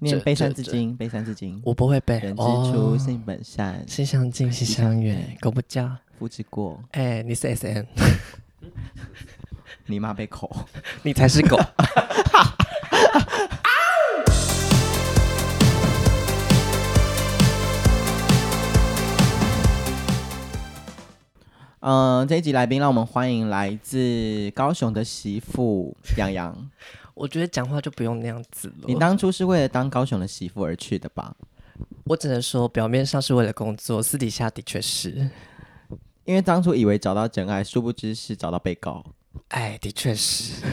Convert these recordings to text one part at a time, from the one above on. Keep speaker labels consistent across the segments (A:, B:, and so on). A: 念
B: 这
A: 《悲山
B: 这
A: 自
B: 这
A: 经》，《悲山自经》
B: 我不会背
A: 人之初，
B: 哦。
A: 性本善，
B: 心相近，心相远，狗不教。
A: 夫之过，
B: 哎、你是 S N，
A: 你妈被口。
B: 你才是狗。
A: 嗯，这一集来宾让我们欢迎来自高雄的媳妇杨洋。
B: 我觉得讲话就不用那样子
A: 你
B: 了。
A: 当初是为了当高雄的媳妇而去的吧？
B: 我只能说，表面上是为了工作，私底下的确是，
A: 因为当初以为找到真爱，殊不知是找到被告。
B: 哎，的确是。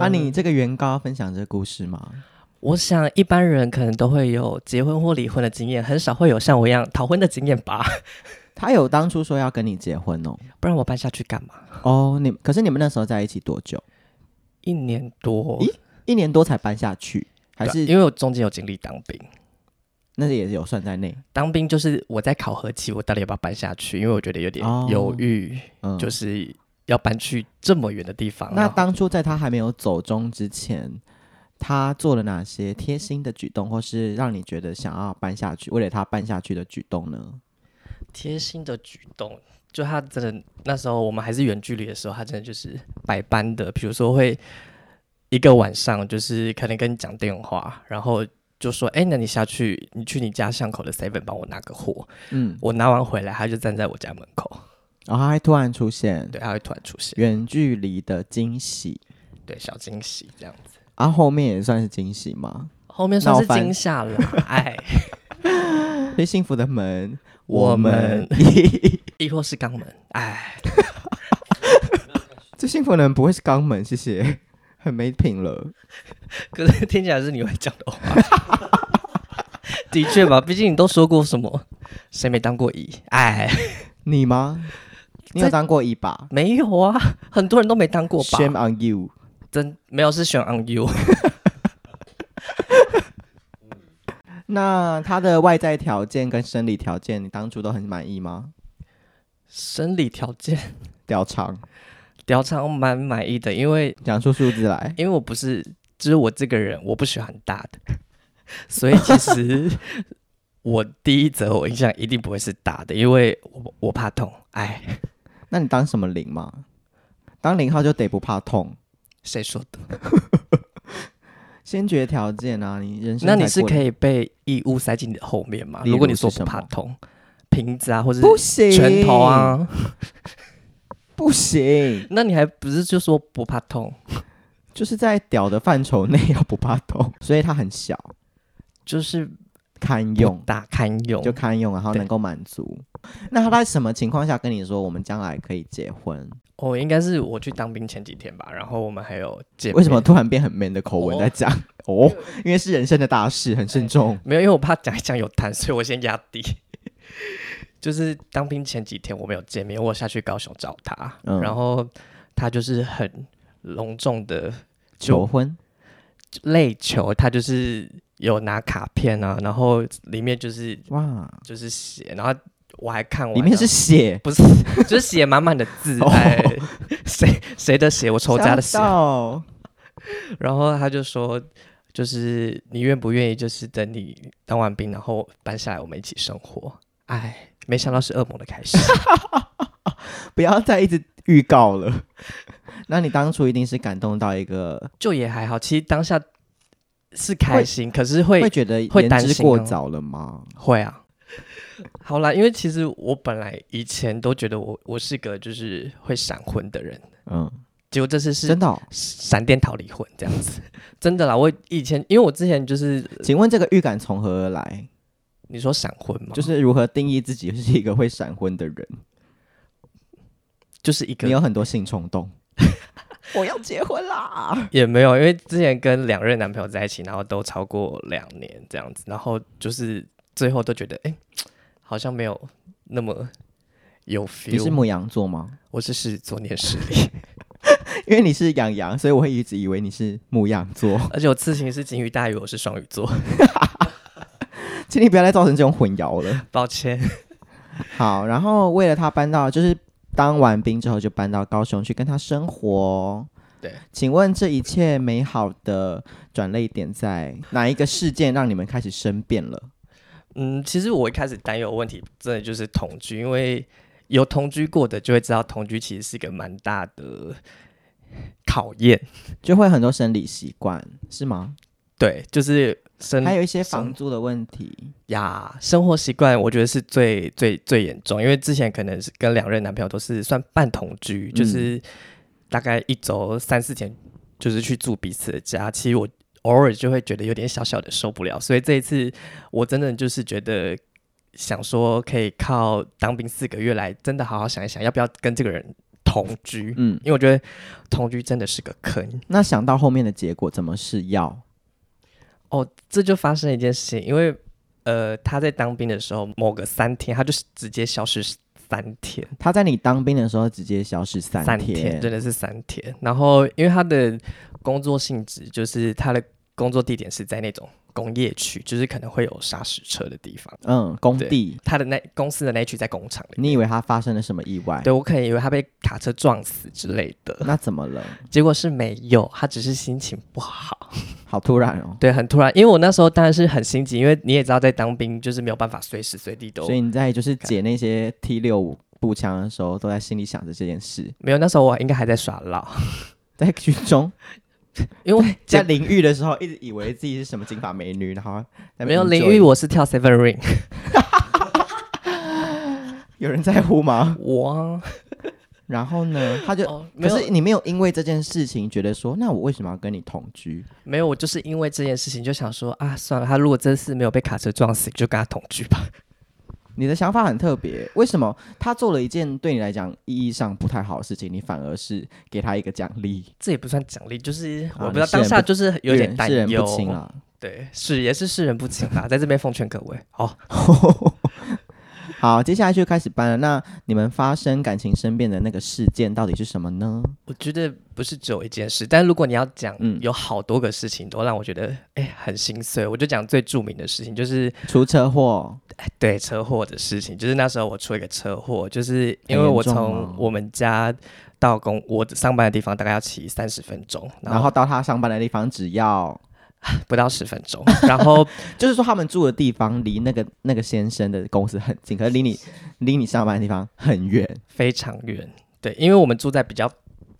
A: 啊，你
B: 哦
A: 这个原告要分享这个故事吗？
B: 我想一般人可能都会有结婚或离婚的经验，很少会有像我一样逃婚的经验吧？
A: 他有当初说要跟你结婚哦。
B: 不然我搬下去干嘛？
A: 哦，你可是你们那时候在一起多久？
B: 一年多，
A: 咦一年多才搬下去，还
B: 对啊
A: 是
B: 因为我中间有经历当兵，
A: 那也是有算在内？
B: 当兵就是我在考核期，我到底要不要搬下去？因为我觉得有点
A: 哦
B: 犹豫，
A: 嗯，
B: 就是要搬去这么远的地方。
A: 那
B: 然后
A: 当初在他还没有走中之前，他做了哪些贴心的举动，或是让你觉得想要搬下去，为了他搬下去的举动呢？
B: 贴心的举动，就他真的那时候我们还是远距离的时候，他真的就是百般的，比如说会一个晚上就是可能跟你讲电话，然后就说：“哎、那你下去，你去你家巷口的 seven 帮我拿个货。”
A: 嗯，
B: 我拿完回来，他就站在我家门口，
A: 然后他还突然出现
B: 对，他会突然出 现，
A: 远距离的惊喜，
B: 对，小惊喜这样子。
A: 啊，后面也算是惊喜吗？
B: 后面算
A: 闹
B: 是
A: 翻
B: 惊吓了，哎，
A: 对，幸福的门，
B: 我
A: 我
B: 们
A: 们
B: 亦或是肛门，哎，
A: 这幸福的门不会是肛门，谢谢， 很没品了。
B: 可是听起来是你会讲的话。的确吧，毕竟你都说过什么，谁没当过姨？哎，
A: 你吗？你有
B: 在
A: 当过一把
B: 没有啊，很多人都没当过吧？
A: ？Shame on you！
B: 真没有是选 on you，
A: 那他的外在条件跟生理条件，你当初都很满意吗？
B: 生理条件
A: 屌长，
B: 调查我蛮满意的，因为
A: 讲出数字来。
B: 因为我不是，就是我这个人我不喜欢大的，所以其实我第一则我印象一定不会是大的，因为我我怕痛，哎，
A: 那你当什么零嘛？当零号就得不怕痛，
B: 谁说的？
A: 先决条件啊，你人生
B: 那你是可
A: 以
B: 以被异物塞进你的后面吗？
A: 例如
B: 如果你说
A: 是什
B: 不
A: 么
B: 怕痛，瓶子啊，或者
A: 不行
B: 拳头，啊，
A: 不行，
B: 那你还不是就说不怕痛？
A: 就是在屌的范畴内要不怕痛，所以它很小，
B: 就是
A: 堪
B: 不
A: 用
B: 大堪用，
A: 就堪用，然后
B: 对
A: 能够满足。那他在什么情况下跟你说我们将来可以结婚？
B: 哦，应该是我去当兵前几天吧，然后我们还有见面。
A: 为什么突然变很 man 的口吻在讲？哦，因为是人生的大事，很慎重。
B: 没有？因为我怕讲一讲有痰，所以我先压低。 就是当兵前几天我没有见面，我下去高雄找他，
A: 嗯
B: 然后他就是很隆重的
A: 求婚，
B: 泪球，他就是有拿卡片啊，然后里面就是
A: 哇，
B: 就是写，然后我还看完
A: 里面是
B: 了
A: 血，
B: 不是就是写满满的字，
A: 哦
B: 哎，谁谁的血，我仇家的血
A: 吓，到
B: 然后他就说，就是你愿不愿意，就是等你当完兵，然后搬下来，我们一起生活。哎，没想到是噩梦的 开始。
A: 不要再一直预告了。 那你当初一定是感动到一个
B: 就也还好，其实当下是开心，可是会
A: 会
B: 会
A: 觉得
B: 会
A: 言
B: 担
A: 之
B: 心
A: 过
B: 哦
A: 早了吗？
B: 啊。好啦，因为其实我本来以前都觉得我我是个就是会闪婚的人，
A: 嗯，
B: 结果这次是
A: 真的哦、
B: 闪电逃离婚这样子， 真的啦。我以前因为我之前就是
A: 请问这个预感从何而来？
B: 你说闪婚嘛，
A: 就是如何定义自己是一个会闪婚的人？
B: 就是一
A: 你
B: 个
A: 有很多性冲 动，我要结婚啦！
B: 也没有，因为之前跟两任男朋友在一起，然后都超过两年这样子，然后就是最后都觉得，哎、好像没有那么有
A: 你是
B: feel。
A: 母羊座吗？
B: 我是狮子 座念实力，
A: 因为你是养羊，所以我会一直以为你是母羊座，
B: 而且我刺青是金鱼大鱼，我是双鱼座，
A: 请你不要再造成这种混淆了。
B: 抱歉。
A: 好，然后为了他搬到，就是当完兵之后就搬到高雄去跟他生活。
B: 对，
A: 请问这一切美好的转泪点在哪一个事件让你们开始生变了？
B: 嗯，其实我一开始担忧的问题，真的就是同居，因为有同居过的就会知道，同居其实是一个蛮大的考验。
A: 就会很多生理习惯是吗？
B: 对，就是生
A: 还有一些
B: 生
A: 房租的问题，
B: 呀，生活习惯我觉得是最最最严重，因为之前可能是跟两任男朋友都是算半同居，
A: 嗯
B: 就是大概一周三四天，就是去住彼此的家。其实我偶尔就会觉得有点小小的受不了，所以这一次我真的就是觉得想说，可以靠当兵四个月来真的好好想一想，要不要跟这个人同居，
A: 嗯，
B: 因为我觉得同居真的是个坑。
A: 那想到后面的结果怎么是要？
B: 哦，这就发生了一件事情，因为呃，他在当兵的时候，某个三天，他就是直接消失三天，
A: 他在你当兵的时候直接消失三
B: 三真的是三天。然后，因为他的工作性质，就是他的工作地点是在那种工业区，就是可能会有砂石车的地方。
A: 嗯，工地，
B: 他的那公司的那一区在工厂里，
A: 你以为他发生了什么意外？
B: 对我可能以为他被卡车撞死之类的，
A: 那怎么了？
B: 结果是没有，他只是心情不好。
A: 好突然哦！
B: 对，很突然，因为我那时候当然是很心急，因为你也知道，在当兵就是没有办法随时随地都
A: 所以你在就是解那些 T 六五步枪的时候，都在心里想着这件事，
B: 没有，那时候我应该还在耍闹，
A: 在军 中
B: 因为
A: 在
B: 这
A: 淋浴的时候，一直以为自己是什么金发美女，然后在那边
B: 没有
A: enjoy
B: 淋浴，我是跳 Seven Ring，
A: 有人在乎 吗？
B: 我啊
A: 然后呢，他就。
B: 哦没
A: 可
B: 有
A: 是你没有因为这件事情觉得说，那我为什么要跟你同居？
B: 没有，我就是因为这件事情就想说啊，算了，他如果这次没有被卡车撞死，就跟他同居吧。
A: 你的想法很特别，为什么他做了一件对你来讲意义上不太好的事情，你反而是给他一个奖励？
B: 这也不算奖励，就是
A: 啊
B: 我不知道、
A: 你世人
B: 当下
A: 不
B: 就是有点
A: 人
B: 担
A: 世人
B: 忧
A: 不，清啊。
B: 对，是也是世人不清啦，在这边奉劝各位哦，
A: 好，接下来就开始搬了。那你们发生感情生变的那个事件到底是什么呢？
B: 我觉得不是只有一件事，但如果你要讲，
A: 嗯
B: 有好多个事情都让我觉得哎很心碎，我就讲最著名的事情就是
A: 出车
B: 哦
A: 祸，
B: 对车祸的事情，就是那时候我出一个车祸，就是因
A: 很
B: 为
A: 严
B: 我
A: 重
B: 从
A: 吗
B: 我们家到公我上班的地方大概要骑三十分钟，然
A: 然
B: 后
A: 后到他上班的地方，只要
B: 不到十分钟，然后
A: 就是说他们住的地方离那个那个先生的公司很近，可是离你离你上班的地方很远。
B: 非常远。对，因为我们住在比较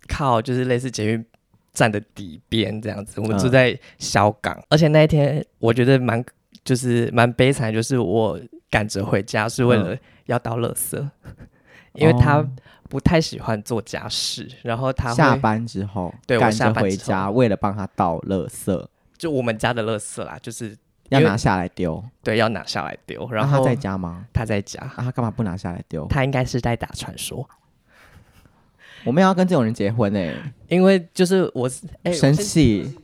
B: 靠就是类似捷运站的底边这样子，我们住
A: 嗯
B: 在小港，而且那一天我觉得蛮就是蛮悲惨的，就是我赶着回家是为了要倒垃圾，因为他
A: 嗯哦
B: 不太喜欢做家事，然后他
A: 下
B: 会。
A: 班之后，
B: 对我
A: 赶
B: 下
A: 着
B: 班
A: 回
B: 之后
A: 家，为了帮他倒垃圾，
B: 就我们家的垃圾啦，就是
A: 要
B: 因为
A: 拿下来丢。
B: 对要拿下来丢，
A: 那
B: 然后
A: 他在家吗？
B: 他在家，
A: 啊，他干嘛不拿下来丢？
B: 他应该是在打传说，
A: 我们要跟这种人结婚哎、
B: 因为就是我是哎、我
A: 生
B: 先
A: 气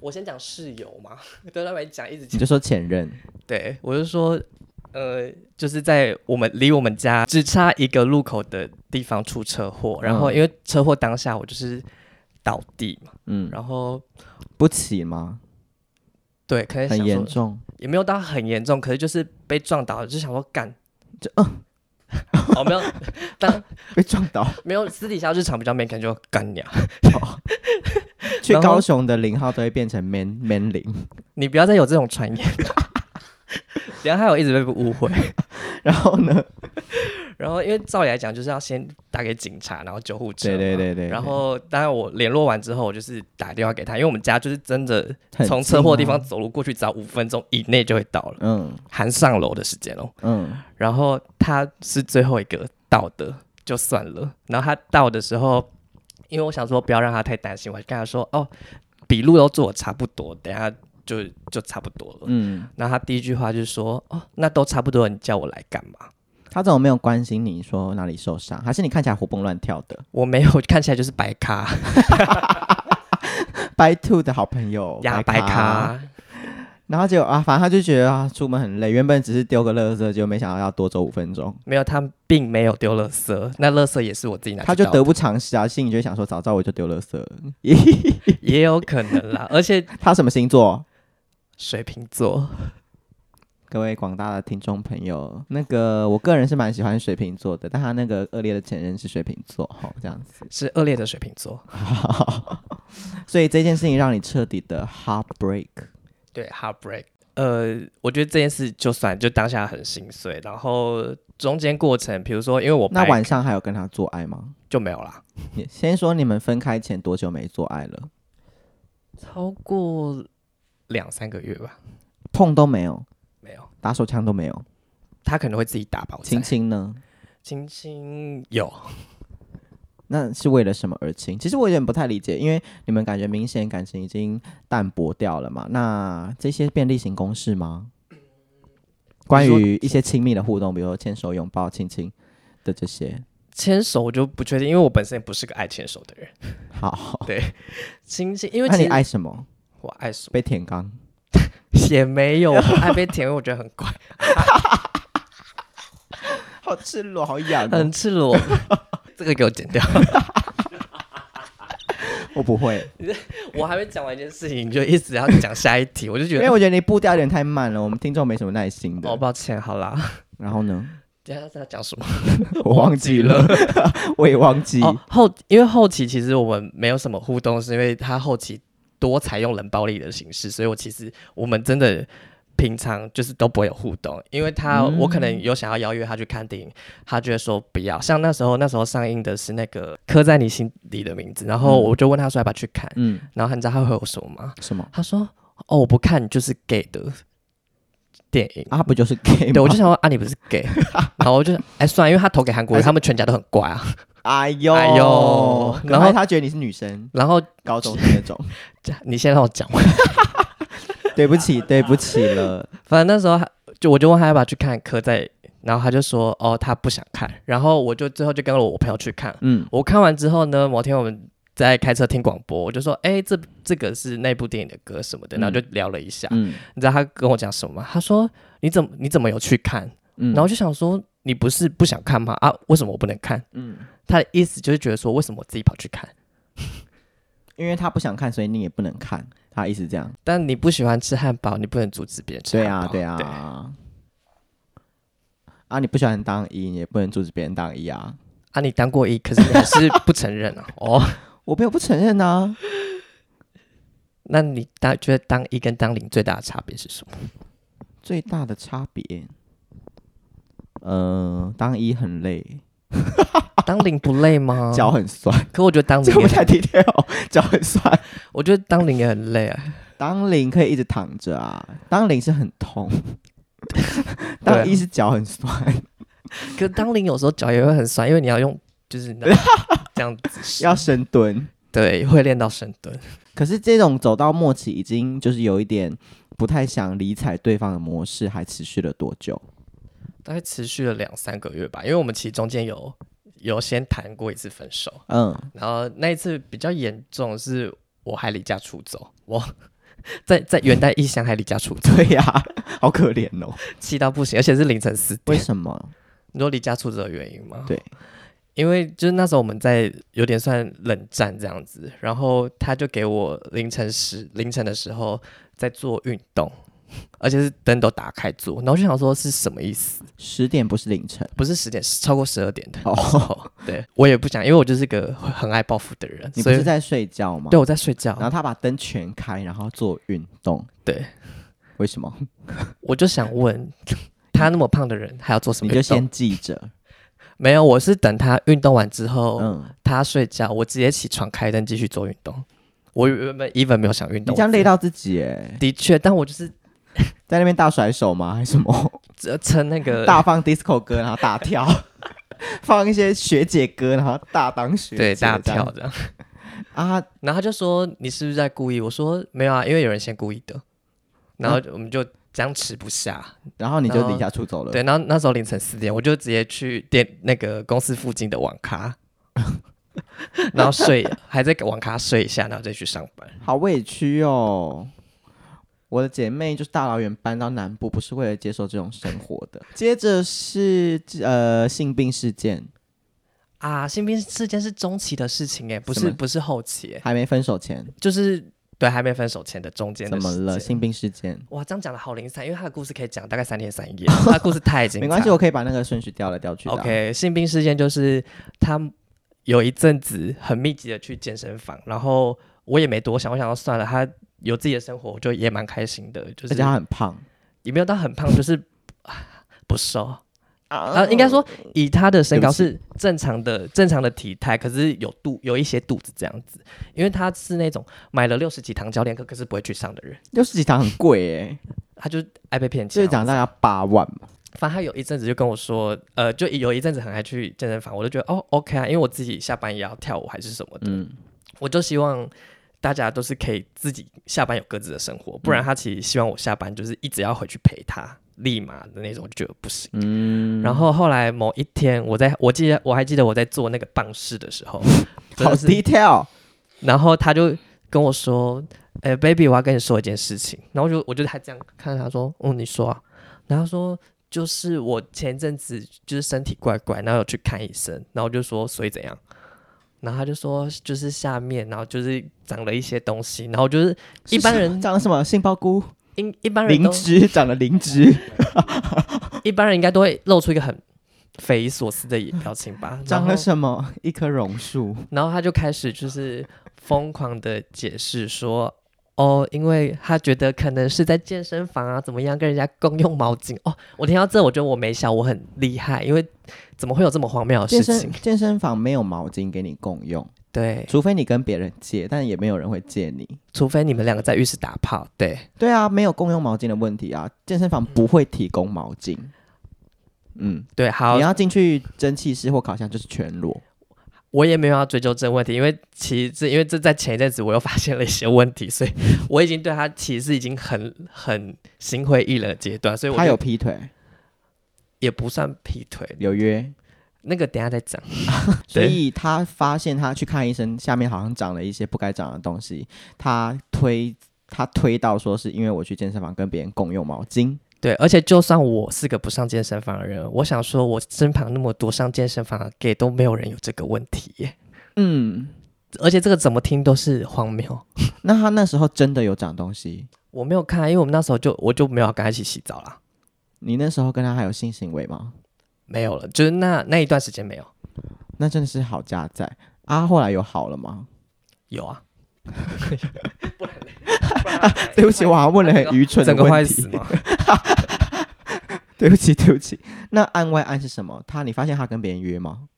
B: 我先讲室友嘛， 都在那边讲一直
A: 你
B: 讲，
A: 就说前任，
B: 对我就说。呃，就是在我们离我们家只差一个路口的地方出车祸，然后
A: 嗯
B: 因为车祸当下我就是倒地嘛，
A: 嗯，
B: 然后
A: 不起吗？
B: 对，可能
A: 很
B: 想
A: 严
B: 说
A: 重。
B: 也没有到很严重，可是就是被撞倒了，就想说干，
A: 就呃
B: 嗯，哦没有，当
A: 被撞 倒。
B: 没有，私底下日常比较 man，可能就干你啊！
A: 哦去
B: 然后
A: 高雄的零号都会变成 man man 零，
B: 你不要再有这种传言 了，然后还有一直被误会。
A: 然后呢？
B: 然后因为照理来讲，就是要先打给警察，然后救护车嘛。
A: 对对对对。
B: 啊然后当然我联络完之后，我就是打电话给他，因为我们家就是真的
A: 很
B: 从
A: 近
B: 车祸的地
A: 吗
B: 方，走路过去，只要五分钟以内就会到了，
A: 嗯
B: 含上楼的时间哦。
A: 嗯，
B: 然后他是最后一个到的，就算了。然后他到的时候，因为我想说不要让他太担心，我就跟他说：“哦，笔录都做的差不多，等一下就就差不多了。
A: 嗯，
B: 然后他第一句话就说：“哦，那都差不多了，你叫我来干嘛
A: 他怎么没有关心你说哪里受伤？还是你看起来活蹦乱跳的？”
B: 我没有，看起来就是白咖
A: 白兔的好朋友
B: 呀，
A: 白
B: 白咖。
A: 然后结果啊，反正他就觉得啊，出门很累，原本只是丢个垃圾，结果没想到要多走五分钟，
B: 没有，他并没有丢垃圾，那垃圾也是我自己拿去
A: 他就
B: 倒
A: 得不偿失啊，心里就会想说，早知道我就丢垃圾 了。
B: 的，也有可能啦。而且
A: 他什么星座？
B: 水瓶座，
A: 各位广大的听众朋友，那个我个人是蛮喜欢水瓶座的，但他那个恶劣的前任是水瓶座，好这样子，
B: 是恶劣的水瓶座，
A: 所以这件事情让你彻底的 heartbreak。
B: 对，heartbreak。呃，我觉得这件事就算就当下很心碎，然后中间过程，比如说因为我
A: 那
B: 白
A: 晚上还有跟他做爱吗？
B: 就没有啦，
A: 你先说你们分开前多久没做爱了？
B: 超过两三个月吧，
A: 碰都没有，
B: 没有，
A: 打手枪都没有，
B: 他可能会自己打吧，我猜
A: 亲亲呢？
B: 亲亲有，
A: 那是为了什么而亲？其实我有点不太理解，因为你们感觉明显感情已经淡薄掉了嘛。那这些便利型公式吗？关于一些亲密的互动，比如说牵手、拥抱、亲亲的这些，
B: 牵手我就不确定，因为我本身也不是个爱牵手的人。
A: 好。
B: 对，亲亲，因为
A: 那
B: 其
A: 你
B: 实
A: 爱什么？
B: 我爱什么
A: 被舔肛？
B: 也没 有，我不爱被舔，因为我觉得很怪，
A: 好赤裸，好痒哦、
B: 很赤裸。 这个给我剪 掉。
A: 我不会，
B: 我还没讲完一件事情，你就一直要讲下一题，我就觉
A: 因为
B: 得
A: 我觉得你步调有点太慢了，我们听众没什么耐心的。
B: 哦，抱歉，好啦。
A: 然后 呢？
B: 等一下在讲什么？
A: 我忘记了， 我也忘记。
B: 哦，后因为后期其实我们没有什么互动，是因为他后期多采用冷暴力的形式，所以我其实我们真的平常就是都不会有互动，因为他、
A: 嗯
B: 我可能有想要邀约他去看电影，他就会说不要。像那时候那时候上映的是那个刻在你心里的名字，然后
A: 嗯
B: 我就问他说要不要去看，
A: 嗯，
B: 然后你知道他回我什么吗？
A: 什么
B: 他说哦我不看就是 gay 的电影。
A: 啊？不就是 gay 吗？
B: 对，我就想说啊，你不是 gay，然后我就哎算了，因为他投给韩国
A: 还
B: 人，
A: 是
B: 他们全家都很乖啊。
A: 哎呦
B: 哎呦
A: 可能
B: 然后
A: 他觉得你是女生，
B: 然后
A: 高中生那 种。
B: 你先让我讲完。
A: 对不起，对不起了。
B: 反正那时候他就我就问他要不要去看《刻在》，然后他就说哦他不想看，然后我就最后就跟了我朋友去看。
A: 嗯，
B: 我看完之后呢，某天我们在开车听广播，我就说哎、这这个是那部电影的歌什么的，
A: 嗯
B: 然后就聊了一下。
A: 嗯
B: 你知道他跟我讲什么吗？他说你怎么你怎么有去看？
A: 嗯
B: 然后我就想说你不是不想看吗？啊为什么我不能看？
A: 嗯，
B: 他的意思就是觉得说为什么我自己跑去看？
A: 因为他不想看，所以你也不能看。他一直这样。
B: 但你不喜欢吃汉堡，你不能阻止别人吃
A: 对
B: 汉堡。
A: 啊，对啊。啊，你不喜欢当一，你也不能阻止别人当一啊。
B: 啊，你当过一，可是你还是不承认啊。 哦，
A: 我没有不承认啊。
B: 那你当觉得当一跟当零最大的差别是什么？
A: 最大的差别，呃，当一很累，
B: 当零不 累吗？
A: 脚很酸，
B: 可我觉得当
A: 哦这
B: 零
A: 个不太
B: 也，
A: detail，脚 很酸。
B: 我觉得当零也很 累啊。
A: 当零可以一直躺着啊，当零是很 痛，
B: 啊
A: 当一是脚很酸，
B: 可当零有时候脚也会很酸，因为你要用就 是你知道这样子，
A: 要深蹲。
B: 对，会练到深蹲。
A: 可是这种走到末期，已经就是有一点不太想理睬对方的模式，还持续了多久？
B: 大概持续了两三个月吧，因为我们其实中间有有先谈过一次分手，
A: 嗯，
B: 然后那一次比较严重，是我还离家出走，我 在在元旦异乡还离家出走，
A: 对呀、好可怜哦。
B: 气到不行，而且是凌晨四点
A: 为。什么？
B: 你说离家出走的原因吗？
A: 对，
B: 因为就是那时候我们在有点算冷战这样子，然后他就给我凌晨时凌晨的时候在做运动，而且是灯都打开做，然后就想说是什么意思？
A: 十点不是凌晨
B: 不是十点，是超过十二点的。
A: 哦，
B: 哦，对我也不想，因为我就是个很爱报复的人，
A: 你不
B: 所
A: 是
B: 以
A: 在睡觉吗？
B: 对我在睡觉
A: 然，后他把灯全开，然后做运动。
B: 对，
A: 为什么？
B: 我就想问他那么胖的人还要做什
A: 你
B: 么
A: 就
B: 运动？
A: 先记着。
B: 没有，我是等他运动完之后，
A: 嗯，
B: 他睡觉，我直接起床开灯继续做运动。我原本 even 没有想运
A: 你
B: 动，
A: 这样累到
B: 到
A: 自己耶，
B: 的确，但我就是
A: 在那边大甩手吗？还是什么？
B: 只撑那个
A: 大放 disco 歌，然后大跳， 放一些学姐歌，然后大当学姐
B: 对大
A: 这样
B: 跳这样。
A: 啊！
B: 然后他就说你是不是在故意？我说没有啊，因为有人先故意的。然后我们就僵持不 下，
A: 然后你就
B: 然后
A: 离家出走了。
B: 对。然后那时候凌晨四点，我就直接去店那个公司附近的网咖， 然后睡，还在网咖睡一下，然后再去上班。
A: 好委屈哦。我的姐妹就是大老远搬到南部，不是为了接受这种生活的。接着是呃性病事件，
B: 啊，性病事件是中期的事情哎，不
A: 什
B: 是
A: 么
B: 不是后期哎，
A: 还没分手前，
B: 就是对还没分手前的中间的
A: 怎么
B: 时
A: 了？
B: 间
A: 性病事件？
B: 哇，这样讲的好零散，因为他的故事可以讲大概三天三夜， 他的故事太精彩。
A: 没关系，我可以把那个顺序调来调去的啊。
B: OK，性病事件就是他有一阵子很密集的去健身房，然后我也没多想，我想要算了，他有自己的生活，我就也蛮开心的，就
A: 而且他
B: 是
A: 很胖
B: 也没有到很 胖，就是啊不瘦。
A: 啊
B: 呃，应该说以他的身高
A: 哦对
B: 是正常的、正常的体态，可是有肚有一些肚子这样子，因为他是那种买了六十几堂教练课，可是不会去上的人，
A: 六十几堂很贵 哎，
B: 他就爱被骗
A: 就
B: 钱
A: 是
B: 啊。
A: 讲大概八万嘛。
B: 反正他有一阵子就跟我说，呃，就有一阵子很爱去健身房，我就觉得哦，OK 啊，因为我自己下班也要跳舞还是什么的，
A: 嗯，
B: 我就希望大家都是可以自己下班有各自的生活，
A: 嗯
B: 不然他其实希望我下班就是一直要回去陪他，立马的那种，我就觉得不行。
A: 嗯，
B: 然后后来某一天，我在我记得我还记得我在做那个棒式的时候，真
A: 好
B: 的是，
A: detail，
B: 然后他就跟我说：“哎、b a b y 我要跟你说一件事情。”然后我就我就还这样看着他说：“哦，你说啊。”然后他说：“就是我前阵子就是身体怪怪，然后有去看医生，然后我就说所以怎样。”然后他就说，就是下面，然后就是长了一些东西，然后就是一般人
A: 是长了什么杏鲍菇、
B: 一一般人
A: 灵
B: 都
A: 芝，长了灵芝，
B: 一般人应该都会露出一个很匪夷所思的眼表情吧。然
A: 长
B: 后
A: 了什么？一棵榕树。
B: 然后他就开始就是疯狂的解释说，哦，因为他觉得可能是在健身房啊，怎么样跟人家共用毛巾。哦，我听到这，我觉得我没笑，我很厉害，因为怎么会有这么荒谬的
A: 健
B: 事
A: 身
B: 情？
A: 健身房没有毛巾给你共用，
B: 对，
A: 除非你跟别人借，但也没有人会借你。
B: 除非你们两个在浴室打炮。对，
A: 对啊，没有共用毛巾的问题啊，健身房不会提供毛巾。嗯，
B: 对，好
A: 你，要进去蒸汽室或烤箱就是全裸，
B: 我也没有要追究这个问题，因为其实这因为这在前一阵子我又发现了一些问题，所以我已经对他其实已经很很心灰意冷的阶段，所以我
A: 他
B: 就
A: 有劈腿，
B: 也不算劈腿，
A: 有约，
B: 那个等一下再讲。
A: 所
B: 对
A: 以他发现他去看医生，下面好像长了一些不该长的东西，他推他推到说是因为我去健身房跟别人共用毛巾，
B: 对，而且就算我是个不上健身房的人，我想说，我身旁那么多上健身房的 gay 都没有人有这个问题耶，
A: 嗯，
B: 而且这个怎么听都是荒谬。
A: 那他那时候真的有长东西，
B: 我没有看，啊因为我们那时候就我就没有跟他一起洗澡啦，
A: 你那时候跟他还有性行为吗？
B: 没有了，就是那那一段时间没有。
A: 那真的是好家在啊！后来有好了吗？
B: 有啊，
A: 对不起，我好像问了很愚蠢的
B: 整个
A: 问
B: 坏
A: 题
B: 死。吗？
A: 对不起，对不起。那案外案是什么？他你发现他跟别人约吗？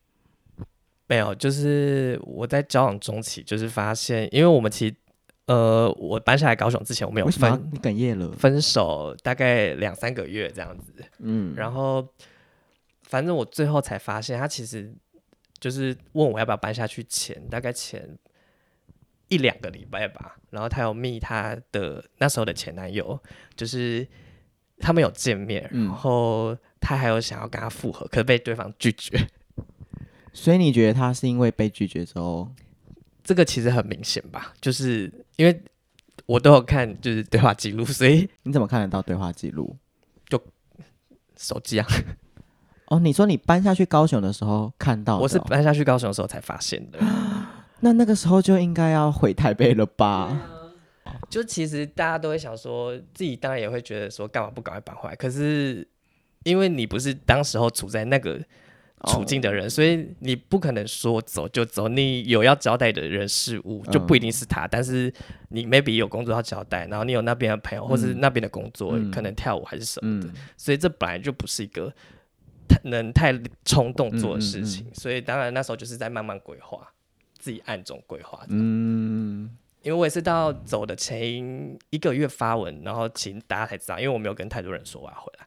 B: 没有，就是我在交往中期，就是发现，因为我们其实，呃，我搬下来高雄之前，我们有
A: 为什么要
B: 分
A: 你哽咽了？
B: 分手大概两三个月这样子，
A: 嗯，
B: 然后反正我最后才发现，他其实就是问我要不要搬下去前，大概前一两个礼拜吧，然后他有密他的那时候的前男友，就是他们有见面，
A: 嗯
B: 然后他还有想要跟他复合，可是被对方拒绝。
A: 所以你觉得他是因为被拒绝之后，
B: 这个其实很明显吧，就是因为我都有看就是对话记录，所以
A: 你怎么看得到对话记录？
B: 手机啊，
A: 哦，你说你搬下去高雄的时候看到的哦，
B: 我是搬下去高雄的时候才发现的。
A: 那那个时候就应该要回台北了 吧？
B: 就其实大家都会想说，自己当然也会觉得说，干嘛不赶快搬回来？可是因为你不是当时候处在那个
A: 哦
B: 处境的人，所以你不可能说走就走。你有要交代的人事物，
A: 嗯
B: 就不一定是他，但是你 maybe 有工作要交代，然后你有那边的朋友，或是那边的工作，
A: 嗯
B: 可能跳舞还是什么的，
A: 嗯，
B: 所以这本来就不是一个太能太冲动做的事
A: 嗯
B: 情。所以当然那时候就是在慢慢规划，自己暗中规划。
A: 嗯，
B: 因为我也是到走的前一个月发文，然后请大家才知道，因为我没有跟太多人说我要回来，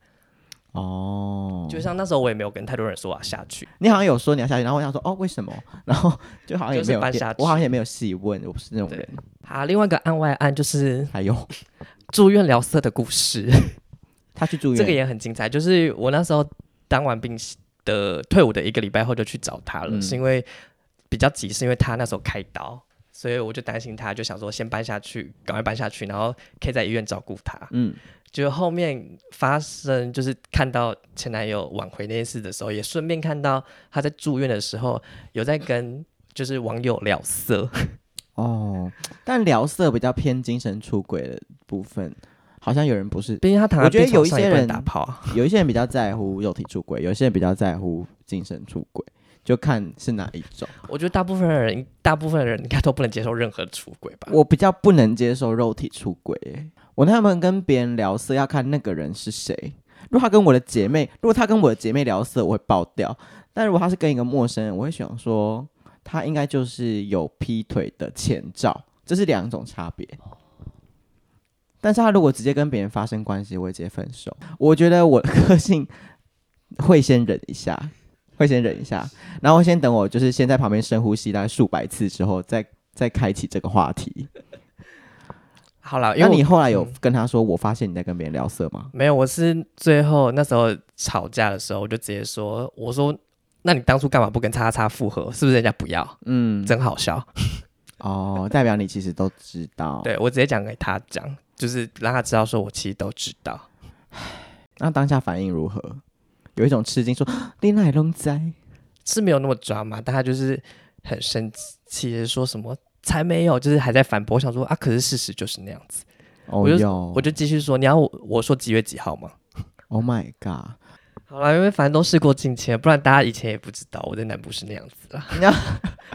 A: 哦，
B: 就像那时候我也没有跟太多人说我要下去，
A: 你好像有说你要下去，然后我想说哦，为什么？ 然后就好像也
B: 就是
A: 没有
B: 搬
A: 也
B: 下去
A: 我好像也没有细问，我不是那种
B: 对
A: 人。
B: 啊，另外一个案外案就是
A: 还有
B: 住院疗色的故事，
A: 他去住院，
B: 这个也很精彩。就是我那时候当完兵的退伍的一个礼拜后就去找他了，
A: 嗯
B: 是因为比较急，是因为他那时候开刀，所以我就担心他，就想说先搬下去，赶快搬下去，然后可以在医院照顾他。
A: 嗯，
B: 就后面发生，就是看到前男友挽回那件事的时候，也顺便看到他在住院的时候有在跟就是网友聊色，
A: 哦，但聊色比较偏精神出轨的部分，好像有人不是，
B: 毕竟他躺
A: 我
B: 在
A: 觉得
B: 病床
A: 有一
B: 上
A: 些
B: 也不能
A: 人
B: 打炮啊，
A: 有一些人比较在乎肉体出轨，有一些人比较在乎精神出轨，就看是哪一种。
B: 我觉得大部分人大部分人应该都不能接受任何出轨吧。
A: 我比较不能接受肉体出轨欸、我他们跟别人聊色要看那个人是谁。如果他跟我的姐妹，如果他跟我的姐妹聊色，我会爆掉。但如果他是跟一个陌生人，我会想说他应该就是有劈腿的前兆，这是两种差别。但是他如果直接跟别人发生关系，我会直接分手。我觉得我的个性会先忍一下，会先忍一下，然后先等我就是先在旁边深呼吸大概数百次之后，再再开启这个话题。
B: 好了，因
A: 那
B: 为我嗯
A: 你后来有跟他说，我发现你在跟别人聊色吗？
B: 没有，我是最后那时候吵架的时候，我就直接说，我说，那你当初干嘛不跟叉叉叉复合？是不是人家不要？
A: 嗯，
B: 真好笑。
A: 哦，代表你其实都知道。，
B: 对我直接讲给他讲，就是让他知道说我其实都知道。
A: 那当下反应如何？有一种吃惊说， 你哪弄在？
B: 是没有那么抓嘛，但他就是很生气，就是说什么才没有，就是还在反驳。我想说啊，可是事实就是那样子。
A: 哦
B: 我就
A: 哟
B: 我就继续说，你要我我说几月几号吗？
A: ，Oh my god！
B: 好了，因为反正都事过境迁，不然大家以前也不知道我在南部是那样子 啦。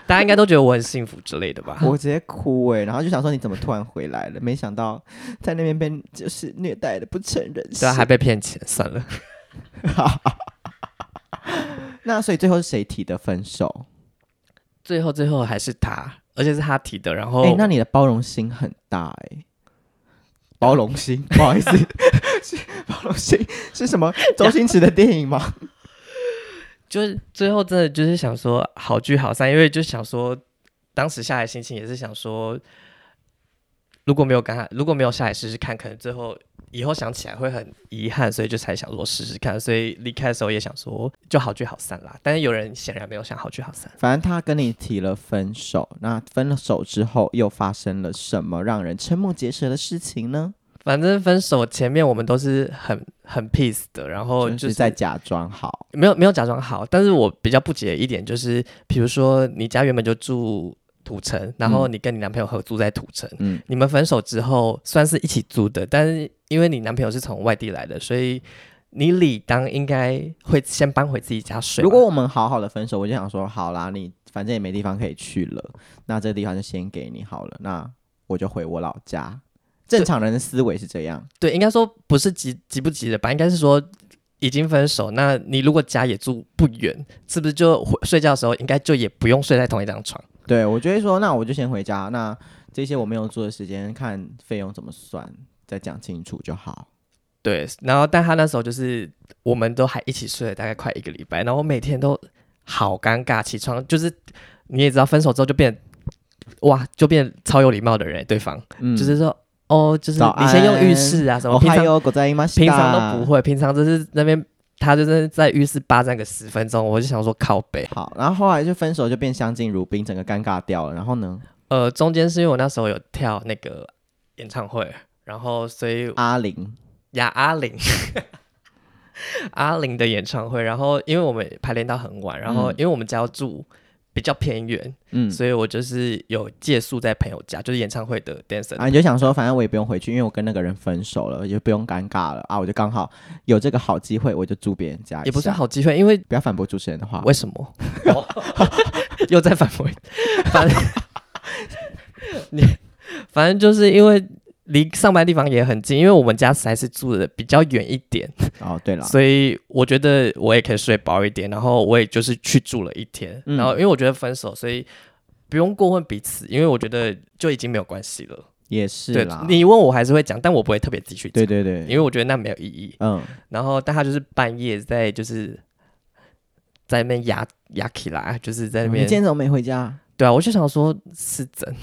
B: 大家应该都觉得我很幸福之类的吧？
A: 我直接哭哎、然后就想说你怎么突然回来了？没想到在那边被就是虐待的不成人
B: 对
A: 形
B: 啊，。还被骗钱，算了。
A: 那所以最后是谁提的分手？
B: 最后最后还是他，而且是他提的。然后，
A: 哎、那你的包容心很大哎、
B: 啊
A: 包容心，不好意思，是 包容心是什么？周星驰的电影吗？
B: 就是最后真的就是想说好聚好散，因为就想说当时下来心情也是想说，如果没有跟他，如果没有下来试试看，可能最后以后想起来会很遗憾，所以就才想说试试看。所以离开的时候也想说就好聚好散啦，但是有人显然没有想好聚好散。
A: 反正他跟你提了分手，那分了手之后又发生了什么让人瞠目结舌的事情呢？
B: 反正分手前面我们都是很很 peace 的，然后
A: 就
B: 哦就是
A: 在假装好，
B: 没有没有假装好，但是我比较不解一点就是，比如说你家原本就住土城，然后你跟你男朋友合租在土城，
A: 嗯，
B: 你们分手之后算是一起租的，但是因为你男朋友是从外地来的，所以你理当应该会先搬回自己家睡吧。
A: 如果我们好好的分手，我就想说，好啦，你反正也没地方可以去了，那这个地方就先给你好了，那我就回我老家。正常人的思维是这样，
B: 对，应该说不是急急不急的吧，应该是说已经分手，那你如果家也住不远，是不是就回睡觉的时候应该就也不用睡在同一张床？
A: 对我就会说，那我就先回家，那这些我没有做的时间，看费用怎么算，再讲清楚就好。
B: 对，然后但他那时候就是我们都还一起睡了大概快一个礼拜，然后我每天都好尴尬，起床就是你也知道，分手之后就变哇，就变超有礼貌的人，欸对方、
A: 嗯，
B: 就是说哦，就是
A: 早
B: 你先用浴
A: 安
B: 室啊什么，
A: 我
B: 平
A: 还
B: 常
A: 有狗在姨妈，
B: 平常都不会，平常就是那边他就是在浴室霸占个十分钟，我就想说靠北。
A: 好，然后后来就分手，就变相敬如宾，整个尴尬掉了。然后呢，
B: 呃，中间是因为我那时候有跳那个演唱会，然后所以
A: 阿玲，
B: 呀，阿玲， 阿玲的演唱会。然后因为我们排练到很晚，然后
A: 嗯
B: 因为我们家住比较偏远，
A: 嗯，
B: 所以我就是有借宿在朋友家，就是演唱会的 dancer。
A: 啊，你就想说，反正我也不用回去，因为我跟那个人分手了，也就不用尴尬了啊。我就刚好有这个好机会，我就住别人家一
B: 也不是
A: 下，啊
B: 好机会，因为
A: 不要反驳主持人的话。
B: 为什么？ 又在反驳，反正 你反正就是因为离上班地方也很近，因为我们家实在是住的比较远一点，
A: 哦，对了，
B: 所以我觉得我也可以睡饱一点，然后我也就是去住了一天，
A: 嗯
B: 然后因为我觉得分手，所以不用过问彼此，因为我觉得就已经没有关系了。
A: 也是
B: 对
A: 啦，，
B: 你问我还是会讲，但我不会特别继续讲
A: 对，对
B: 因
A: 对，
B: 为我觉得那没有意义。
A: 嗯，
B: 然后，但他就是半夜在就是在那边压压起来，就是在那
A: 哦你
B: 边
A: 今、天怎么没回家？
B: 对啊，我就想说是真，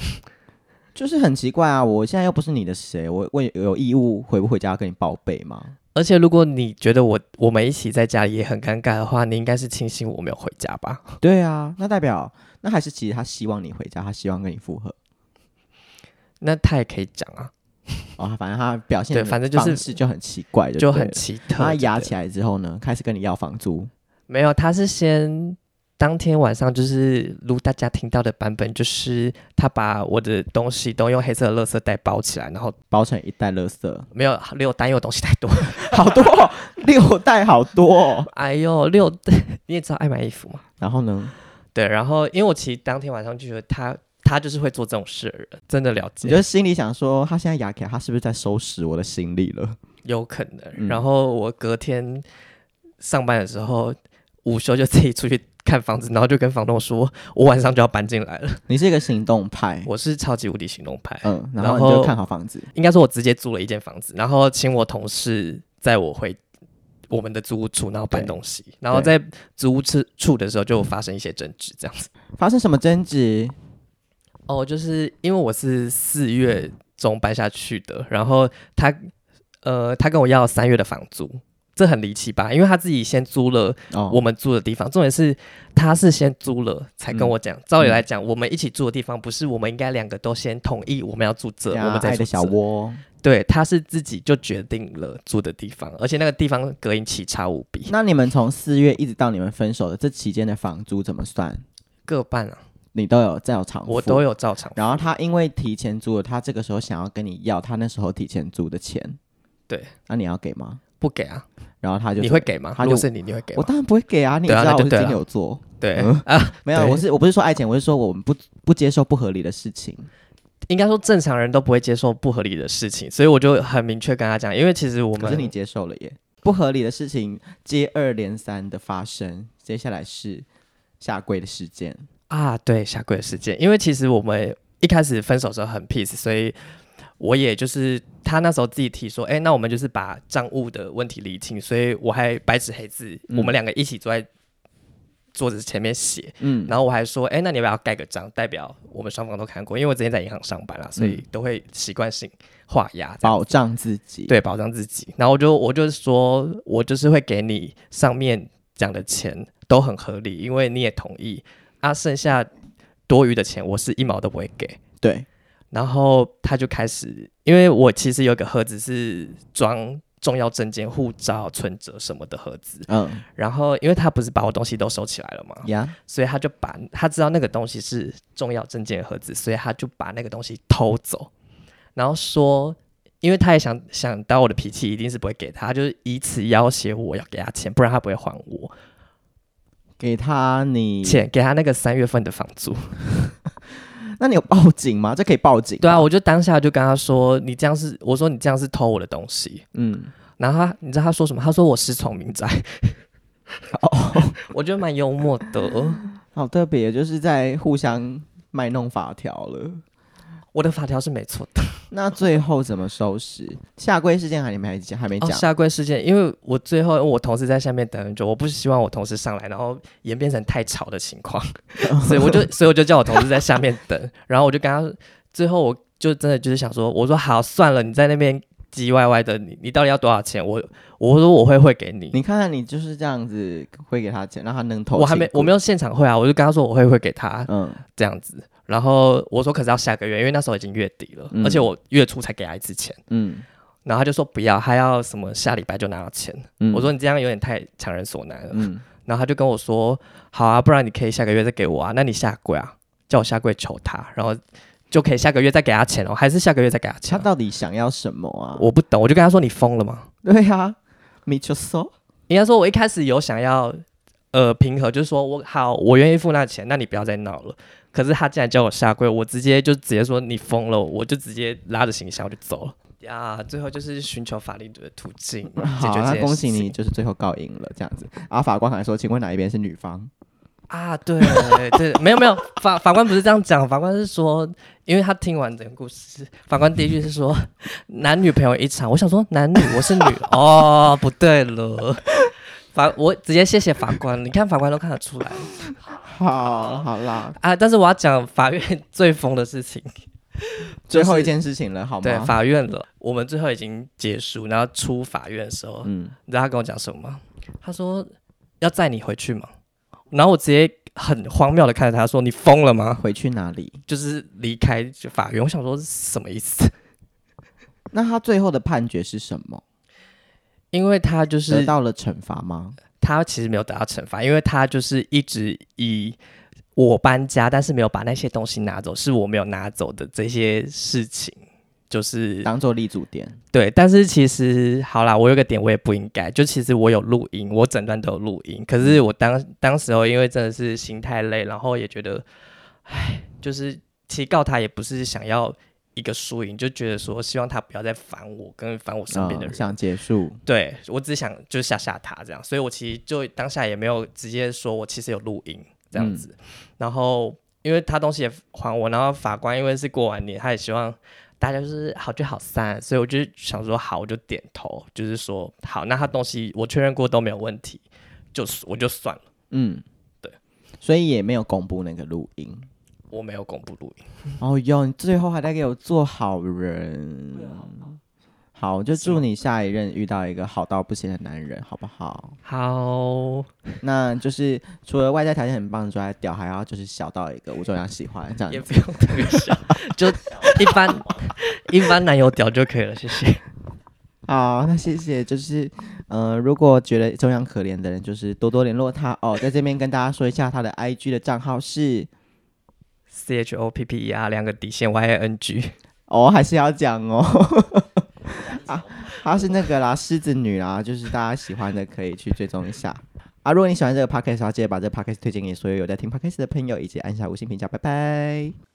A: 就是很奇怪啊，我现在又不是你的谁，我我有有义务回不回家跟你报备 吗？
B: 而且如果你觉得我我们一起在家里也很尴尬的话，你应该是庆幸我没有回家吧？
A: 对啊，那代表那还是其实他希望你回家，他希望跟你复合。
B: 那他也可以讲啊，
A: 哦，反正他表现
B: 对
A: 的
B: 反正就是
A: 方式就很奇怪
B: 就
A: 对
B: 很
A: 了
B: 奇特。
A: 他
B: 对
A: 压起来之后呢，开始跟你要房租，
B: 没有，他是先当天晚上就是如大家听到的版本，就是他把我的东西都用黑色的垃圾袋包起来，然后
A: 包成一袋垃圾，
B: 没有六单，因为我东西太多。
A: 好多、哦、 六袋，好多、哦。
B: 哎呦，六 单，你也知道爱买衣服嘛。
A: 然后呢，
B: 对，然后因为我其实当天晚上就觉得他他就是会做这种事的人，真的了
A: 你
B: 解，
A: 就心里想说，他现在牙起来，他是不是在收拾我的行李了？
B: 有可能。
A: 嗯
B: 然后我隔天上班的时候，午休就自己出去看房子，然后就跟房东说，我晚上就要搬进来了。
A: 你是一个行动派，
B: 我是超级无敌行动派，
A: 嗯，然
B: 然
A: 后你就
B: 后
A: 看好房子，
B: 应该说我直接租了一间房子，然后请我同事载我回。我们的租屋处，然后搬
A: 对
B: 东西，然后在租屋处处的时候就发生一些争执，这样子。
A: 发生什么争执？
B: 哦，就是因为我是四月中搬下去的，然后他呃，他跟我要三月的房租，这很离奇吧？因为他自己先租了
A: 哦，
B: 我们住的地方，重点是他是先租了才跟我讲。照理来讲，我们一起住的地方不是我们应该两个都先同意我们要住这，
A: 呀
B: 我们再
A: 爱
B: 住
A: 的小
B: 这
A: 窝。
B: 对，他是自己就决定了住的地方，而且那个地方隔音奇差无比，
A: 那你们从四月一直到你们分手的这期间的房租怎么算？
B: 各半啊，
A: 你都有在有偿付，
B: 我都有照常付。
A: 然后他因为提前租了，他这个时候想要跟你要他那时候提前租的钱，
B: 对，
A: 那、你要给吗？
B: 不给啊，
A: 然后他就
B: 你会给吗？
A: 他
B: 如
A: 就
B: 果是你，你会给
A: 我
B: 吗？
A: 当然不会给啊！你也
B: 对啊
A: 知道我
B: 那就是对
A: 金
B: 了
A: 牛座，
B: 对、
A: 嗯
B: 啊，
A: 没有，
B: 对
A: 我是我不是说爱钱，我是说我们不不接受不合理的事情。
B: 应该说正常人都不会接受不合理的事情，所以我就很明确跟他讲，因为其实我
A: 可
B: 们
A: 是你接受了耶，不合理的事情接二连三的发生，接下来是下跪的事件。
B: 啊，对下跪的事件，因为其实我们一开始分手的时候很 peace，所以我也就是他那时候自己提说，哎、那我们就是把账务的问题理清，所以我还白纸黑字，
A: 嗯
B: 我们两个一起坐在桌子前面写，
A: 嗯，
B: 然后我还说，哎、那你要不要盖个章，代表我们双方都看过，因为我之前在银行上班啦，所
A: 嗯
B: 以都会习惯性画押这样
A: 保障自己。，
B: 对，保障自己。然后我就我就说，我就是会给你上面讲的钱都很合理，因为你也同意啊，剩下多余的钱我是一毛都不会给。
A: 对，
B: 然后他就开始，因为我其实有一个盒子是装重要证件、护照、存折什么的盒子。
A: 嗯
B: 然后因为他不是把我东西都收起来了嘛，
A: 呀，
B: 所以他就把他知道那个东西是重要证件的盒子，所以他就把那个东西偷走，然后说，因为他也想想到我的脾气一定是不会给他，他就是以此要挟我要给他钱，不然他不会还我
A: 给他你
B: 钱，给他那个三月份的房租。
A: 那你有报警吗？这可以报警。
B: 对啊，我就当下就跟他说，你这样是，我说你这样是偷我的东西。
A: 嗯，
B: 然后他，你知道他说什么？他说我私闯民宅。
A: 哦，
B: 我觉得蛮幽默的。
A: 好特别，就是在互相卖弄法条了。
B: 我的法条是没错的。
A: 那最后怎么收拾？下跪事件还你们还讲还没
B: 哦，
A: 讲？
B: 下跪事件，因为我最后我同事在下面等很久，我不希望我同事上来，然后演变成太吵的情 况，所以我就所以我就叫我同事在下面等，然后我就跟他，最后我就真的就是想说，我说好算了，你在那边唧歪歪的，你你到底要多少钱？我我说我会汇给你，
A: 你看看你就是这样子会给他钱，让他能投。
B: 我还没我没
A: 有。
B: 有现场汇啊，我就跟他说我会汇给他
A: 嗯，
B: 这样子，然后我说可是要下个月，因为那时候已经月底了，
A: 嗯
B: 而且我月初才给他一次钱，
A: 嗯
B: 然后他就说不要，他要什么下礼拜就拿到钱，
A: 嗯
B: 我说你这样有点太强人所难了。
A: 嗯，
B: 然后他就跟我说：“好啊，不然你可以下个月再给我啊，那你下跪啊，叫我下跪求他，然后就可以下个月再给他钱哦，还是下个月再给他
A: 他
B: 钱啊、
A: 到底想要什么啊？
B: 我不懂，我就跟他说：“你疯了吗
A: 对啊，米丘索，？”
B: 应该说，我一开始有想要呃平和，就是说我好，我愿意付那钱，那你不要再闹了。可是他竟然叫我下跪，我直接就直接说你疯了，我就直接拉着行李箱我就走了。呀，最后就是寻求法律的途径解
A: 好，
B: 决这
A: 那
B: 件
A: 恭
B: 事
A: 喜你，
B: 情
A: 就是最后告赢了这样子。啊，法官还说，请问哪一边是女方？
B: 啊！对对，没有没有，法法官不是这样讲，法官是说，因为他听完整个故事，法官第一句是说男女朋友一场，我想说男女，我是女哦，不对了，法我直接谢谢法官，你看法官都看得出来
A: 好，好啦，
B: 啊，但是我要讲法院最疯的事情，就
A: 最
B: 是
A: 后一件事情了，好吗？
B: 对法院了，我们最后已经结束，然后出法院的时候，
A: 嗯，
B: 你知道他跟我讲什么吗？他说要载你回去嘛，然后我直接很荒谬的看着他说你疯了吗？
A: 回去哪里？
B: 就是离开就法院。我想说是什么意思？
A: 那他最后的判决是什么？
B: 因为他就
A: 得
B: 是
A: 到了惩罚吗？
B: 他其实没有得到惩罚，因为他就是一直以我搬家，但是没有把那些东西拿走，是我没有拿走的这些事情，就是
A: 当做立足点。
B: 对，但是其实好啦，我有个点我也不应该，就其实我有录音，我整段都有录音。可是我当当时候因为真的是心太累，然后也觉得，唉，就是其实告他也不是想要一个输赢，就觉得说希望他不要再烦我，跟烦我身边的
A: 嗯
B: 人。
A: 想结束，
B: 对我只想就是吓吓他这样，所以我其实就当下也没有直接说我其实有录音这样子，然后因为他东西也还我，然后法官因为是过完年，他也希望大家就是好聚好散，所以我就想说好，我就点头，就是说好，那他东西我确认过都没有问题，就是我就算了，
A: 嗯，
B: 对，
A: 所以也没有公布那个录 音。
B: 我没有公布录音，
A: 哦哟，你最后还在给我做好人。
B: 啊
A: 好，我就祝你下一任遇到一个好到不行的男人，好不好？
B: 好，
A: 那就是除了外在条件很棒之外，屌还要就是小到一个吴宗阳喜欢这样
B: 也
A: 子。
B: 不用特别想， 就一般一般男友屌就可以了，谢谢，
A: 好，那谢谢，就是呃，如果觉得中央可怜的人，就是多多联络他哦。在这边跟大家说一下，他的 IG 的账号是
B: C H O P P E R 两个底线 Y I N G。
A: 哦，还是要讲哦。啊，她是那个啦，狮子女啦，就是大家喜欢的可以去追踪一下啊。如果你喜欢这个 podcast 的话，记得把这个 podcast 推荐给所有有在听 podcast 的朋友，以及按下五星评价，拜拜。